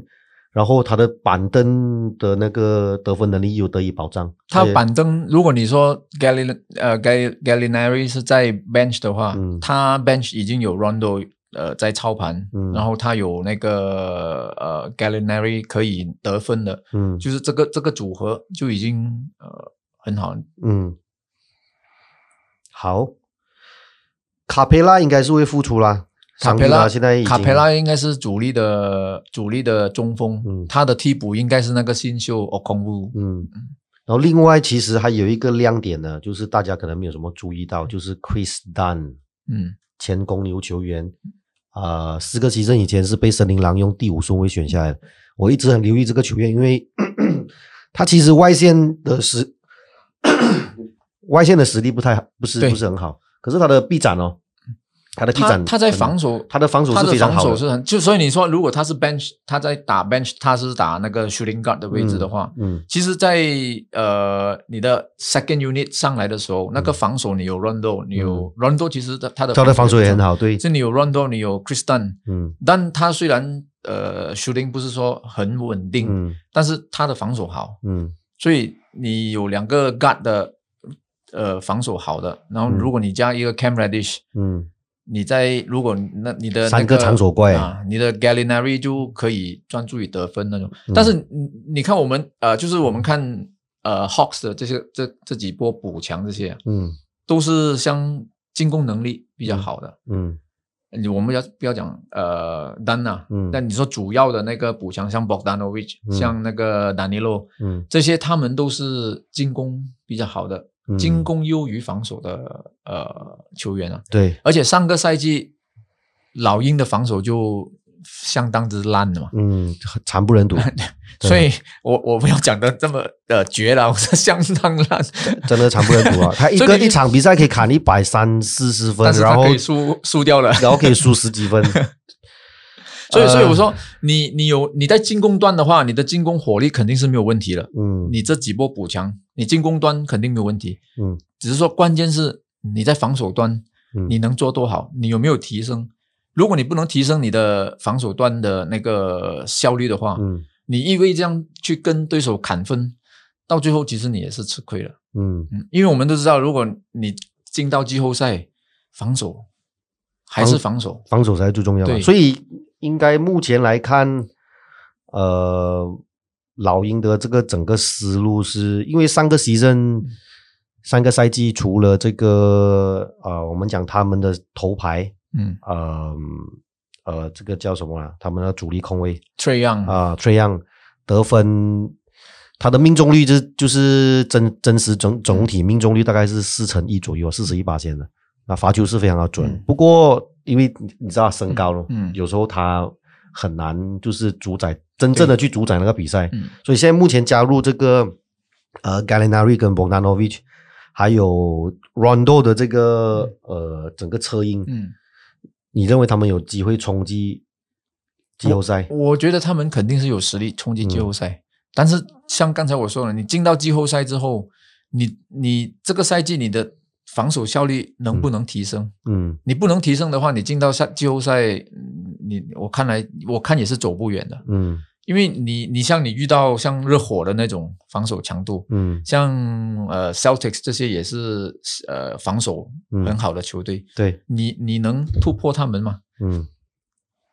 然后他的板凳的那个得分能力又得以保障，
他
而且
板凳，如果你说 Galli 呃 Galli Gallinari 是在 bench 的话，
嗯
他 bench 已经有 Rondo 呃在操盘，
嗯
然后他有那个呃 Gallinari 可以得分的，
嗯
就是这个这个组合就已经呃很好，
嗯，好，卡佩拉应该是会复出啦。
卡
伤
佩
病啊
拉
现在已经
卡佩拉应该是主力的主力的中锋，
嗯
他的替补应该是那个新秀 Okongu，
嗯，然后另外其实还有一个亮点呢，就是大家可能没有什么注意到，就是 Chris Dunn
嗯
前公牛球员，呃，四个其实以前是被森林狼用第五顺位选下来的。我一直很留意这个球员，因为 [CLEARS THROAT] 他其实外线的实 [COUGHS] 外线的实力不太不是
对
不是很好，可是他的臂展哦，他的臂
他
展
他在
很
防守，
他的防守
他
是
的
非常
防
好
守
的，
是很就所以你说如果他是 bench，他在打 bench，他是打那个 shooting guard 的位置的话，
嗯
其实在，呃你的 second unit 上来的时候，那个防守你有 Rondo，你有 Rondo，其实他他的
嗯他的防守也很
好，
好，对，
是你有 Rondo，你有 Kristen，
嗯
但他虽然呃 shooting 不是说很稳定，
嗯
但是他的防守好，
嗯
所以你有两个 guard 的呃防守好的，然后
嗯
如果你加一个 Cam Radish，
嗯
你在如果那你的、那
三个长手怪
啊，你的 Gallinari 就可以专注于得分那种。
嗯
但是你你看我们呃，就是我们看呃 Hawks 的这些这这几波补强这些啊，
嗯
都是像进攻能力比较好的。
嗯
你我们要不要讲呃丹呐？
嗯
但你说主要的那个补强，像 Bogdanovic，、
嗯
像那个 Danilo，
嗯
这些他们都是进攻比较好的，
嗯，
进攻优于防守的呃球员啊。
对，
而且上个赛季老鹰的防守就相当之烂了嘛，
嗯，惨不
[LAUGHS]
忍睹，对
所以我我没有讲的这么呃绝了，我 [LAUGHS] 是相当
[LAUGHS]
烂，
真的惨不忍睹啊！他一
[LAUGHS] 所
个
以你
一场比赛可以砍一百三四十分
但，是
然
他
后
可以输输掉了。
然后可以输十
[LAUGHS]
几分，
所以所以
呃
我说你你有你在进攻端的话，你的进攻火力肯定是没有问题了。
嗯
你这几波补强，你进攻端肯定没有问题，
嗯
只是说关键是你在防守端
嗯
你能做多好，你有没有提升？如果你不能提升你的防守端的那个效率的话，
嗯
你一味这样去跟对手砍分，到最后其实你也是吃亏了。
嗯，
嗯，因为我们都知道，如果你进到季后赛，防守还是防守，
防守才是最重要的。
对
所以应该目前来看，呃，老鹰的这个整个思路是因为上个 season 三个赛季，除了这个呃，我们讲他们的头牌，
嗯
呃呃，这个叫什么啊？他们的主力控卫
，Trey Young，、
啊，崔样得分，他的命中率就是就是真真实总总体命中率大概是四成一左右，四十一八千的。那罚球是非常的准，
嗯
不过因为你你知道身高咯，
嗯嗯
有时候他很难就是主宰真正的去主宰那个比赛，
嗯
所以现在目前加入这个呃 Gallinari 跟 Bogdanovic，还有 Rondo 的这个呃整个车音，
嗯，
你认为他们有机会冲击季后赛，
我觉得他们肯定是有实力冲击季后赛，但是像刚才我说了，你进到季后赛之后，你你这个赛季你的防守效率能不能提升？
嗯
你不能提升的话，你进到下季后赛，嗯你我看来我看也是走不远的，
嗯
因为你你像你遇到像热火的那种防守强度，
嗯，
像呃 Celtics 这些也是呃防守很好的球队，
对，
你你能突破他们吗？
嗯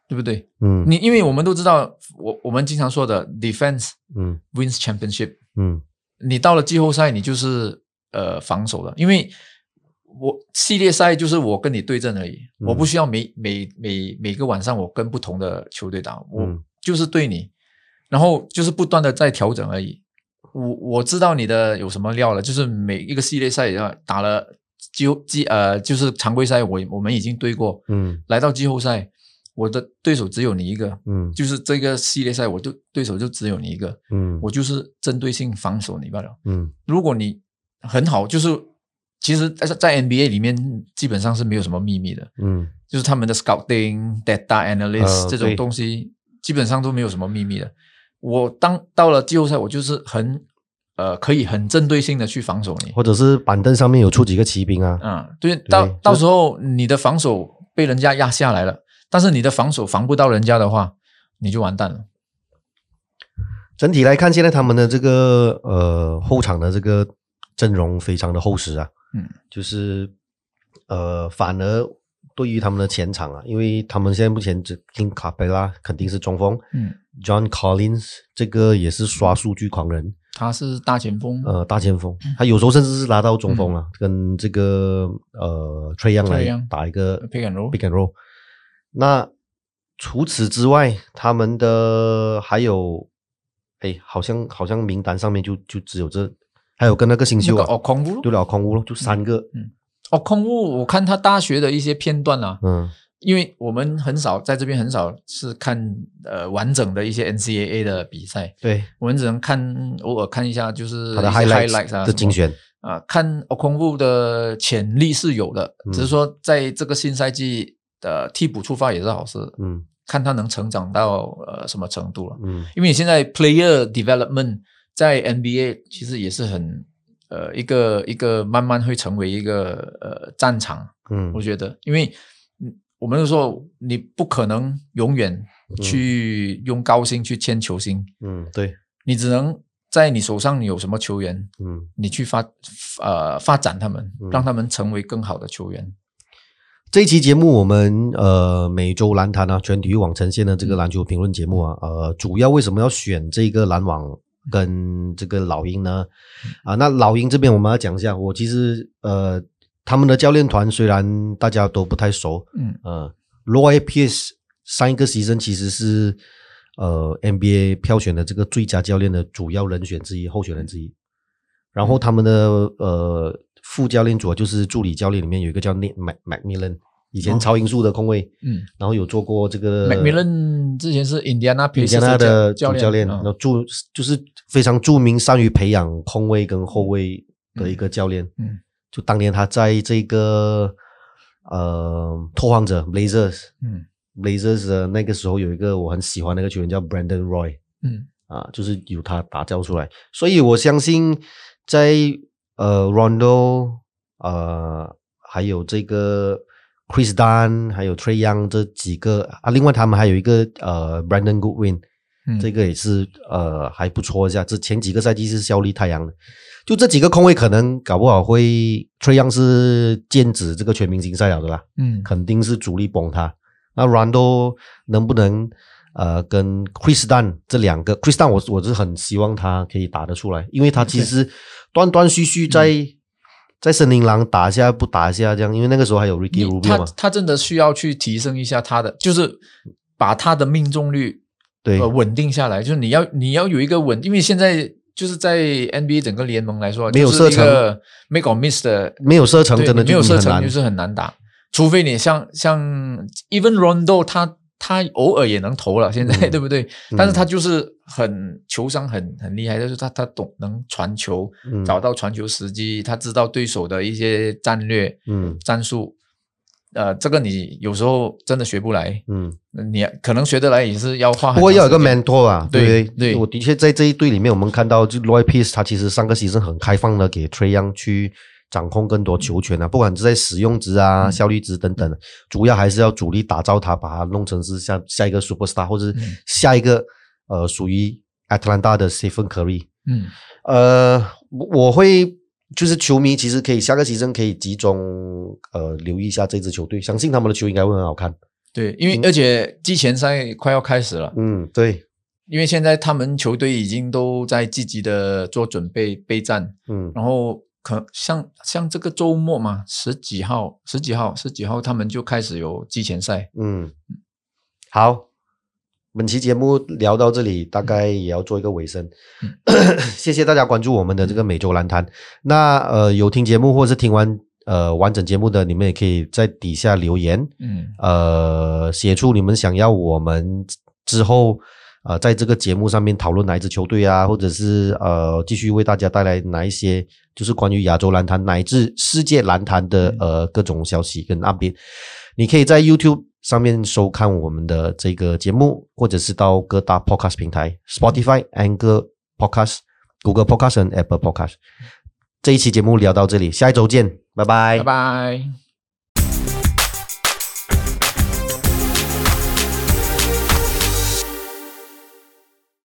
对不对？
嗯
你因为我们都知道，我我们经常说的 defense
嗯
wins championship，
嗯
你到了季后赛，你就是呃防守的，因为我系列赛就是我跟你对阵而已，
嗯
我不需要每每每每个晚上我跟不同的球队打，我
嗯
就是对你，然后就是不断的在调整而已。我我知道你的有什么料了，就是每一个系列赛要打了季后季呃就是常规赛我我们已经对过，
嗯
来到季后赛，我的对手只有你一个，
嗯
就是这个系列赛我就对手就只有你一个，
嗯，
我就是针对性防守你罢了。
嗯
如果你很好，就是其实呃在在 NBA 里面基本上是没有什么秘密的，
嗯
就是他们的 scouting、data analyst、
呃
这种
对
东西基本上都没有什么秘密的。我当到了季后赛，我就是很呃可以很针对性的去防守你。
或者是板凳上面有出几个骑兵啊，
啊，对，到
对
到
就
时候你的防守被人家压下来了，但是你的防守防不到人家的话，你就完蛋了。
整体来看，现在他们的这个呃后场的这个阵容非常的厚实啊，
嗯，
就是呃反而对于他们的前场啊，因为他们现在目前只 King 卡贝拉肯定是中锋，
嗯，
，John Collins 这个也是刷数据狂人，
他是大前锋，
呃大前锋，他有时候甚至是拉到中锋啊，跟这个呃 Trey Young
嗯 Trae
来
Young
打一个
Pick and roll
pick and roll。那除此之外，他们的还有，哎，好像好像名单上面就就只有这，还有跟那个新
那
秀
个嗯
啊，
哦空屋
对了，空屋咯，就三个，
哦空屋，我看他大学的一些片段啊，
嗯
因为我们很少在这边很少是看呃完整的一些 NCAA 的比赛，
对，
我们只能看偶尔看一下，就是
他的
一些
highlights
highlights 啊
的
什
精
么
选，
啊，看 o k o n w 的潜力是有的，
嗯
只是说在这个新赛季的、呃替补出发也是好事，
嗯
看他能成长到呃什么程度了。
嗯
因为你现在 player development 在 NBA 其实也是很呃一个一个慢慢会成为一个呃战场，
嗯
我觉得，因为嗯我们就说你不可能永远去用高薪去签球星，
嗯，对，
你只能在你手上你有什么球员，
嗯，
你去发呃发展他们
嗯，
让他们成为更好的球员。
这一期节目，我们呃每周篮坛啊，全体育网呈现的这个篮球评论节目啊，呃，主要为什么要选这个篮网跟这个老鹰呢？啊，那老鹰这边我们要讲一下，我其实呃他们的教练团虽然大家都不太熟，
嗯
呃，Roy Pierce 上一个牺牲其实是呃 NBA 票选的这个最佳教练的主要人选之一，候选人之一。然后他们的呃副教练组啊就是助理教练里面有一个叫 Nick Mac Macmillan，以前
哦
超音速的控卫，
嗯
然后有做过这个
Macmillan 之前是 Indiana p a
以
c
前
e
他呃的
教
主教练，
啊
然后著就是非常著名，善于培养控卫跟后卫的一个教练。
嗯，
就当年他在这个呃拓荒者 Blazers
嗯
Blazers 的那个时候有一个我很喜欢那个球员叫 Brandon Roy
嗯
啊，就是由他打造出来，所以我相信在呃 Rondo 呃还有这个 Chris Dunn 还有 Trey Young 这几个啊，另外他们还有一个呃 Brandon Goodwin。
嗯，
这个也是呃还不错一下。这前几个赛季是效力太阳的，就这几个空位可能搞不好会崔杨是剑指这个全明星赛了的啦，
嗯
肯定是主力崩塌。那 Rondo 能不能呃跟 Chris Dunn 这两个 Chris Dunn 我我是很希望他可以打得出来，因为他其实断断续续在、
嗯
在森林狼打一下不打一下这样，因为那个时候还有 Ricky
你他
Rubio 嘛，
他真的需要去提升一下他的，就是把他的命中率
对，
呃稳定下来，就是你要你要有一个稳，因为现在就是在 NBA 整个联盟来说，啊
没有
就是
射
一
程
个 make or miss 的
没有射程
对
真的
你没
就
有
你
射
很
程
难
就是很难打，除非你像像 even Rondo 他他偶尔也能投了，现在、
嗯
对不对？但是他就是很球商很很厉害，就是他他懂能传球，
嗯
找到传球时机，他知道对手的一些战略
嗯
战术。呃，这个你有时候真的学不来，
嗯，
你可能学得来也是要花很长时
不
间。
过要有一个 mentor 啊，对
对
不
对
我的确在这一队里面，我们看到就 Roy Pierce 他其实上个席是很开放的，给 Trey Young 去掌控更多球权啊，不管是在使用值啊、
嗯
效率值等等，主要还是要主力打造他，把他弄成是下下一个 superstar 或者是
嗯
下一个呃属于 Atlanta 的 Stephen Curry。
嗯
呃，我我会就是球迷其实可以下个席阵可以集中呃留意一下这支球队，相信他们的球应该会很好看。
对，因为而且季前赛快要开始了，
嗯，对，
因为现在他们球队已经都在积极的做准备备战，
嗯
然后可像像这个周末嘛，十几号、十几号、十几号，他们就开始有季前赛。
嗯，好，本期节目聊到这里，大概也要做一个尾声。 [COUGHS] 谢谢大家关注我们的这个每周篮坛。那呃，有听节目或是听完呃完整节目的，你们也可以在底下留言。
嗯
呃，写出你们想要我们之后呃在这个节目上面讨论哪一支球队啊，或者是呃继续为大家带来哪一些就是关于亚洲篮坛乃至世界篮坛的
嗯
呃各种消息跟 update。你可以在 YouTube 上面收看我们的这个节目，或者是到各大 Podcast 平台，Spotify、Anchor Podcast、Google Podcast 和 Apple Podcast。这一期节目聊到这里，下一周见，拜拜
拜拜。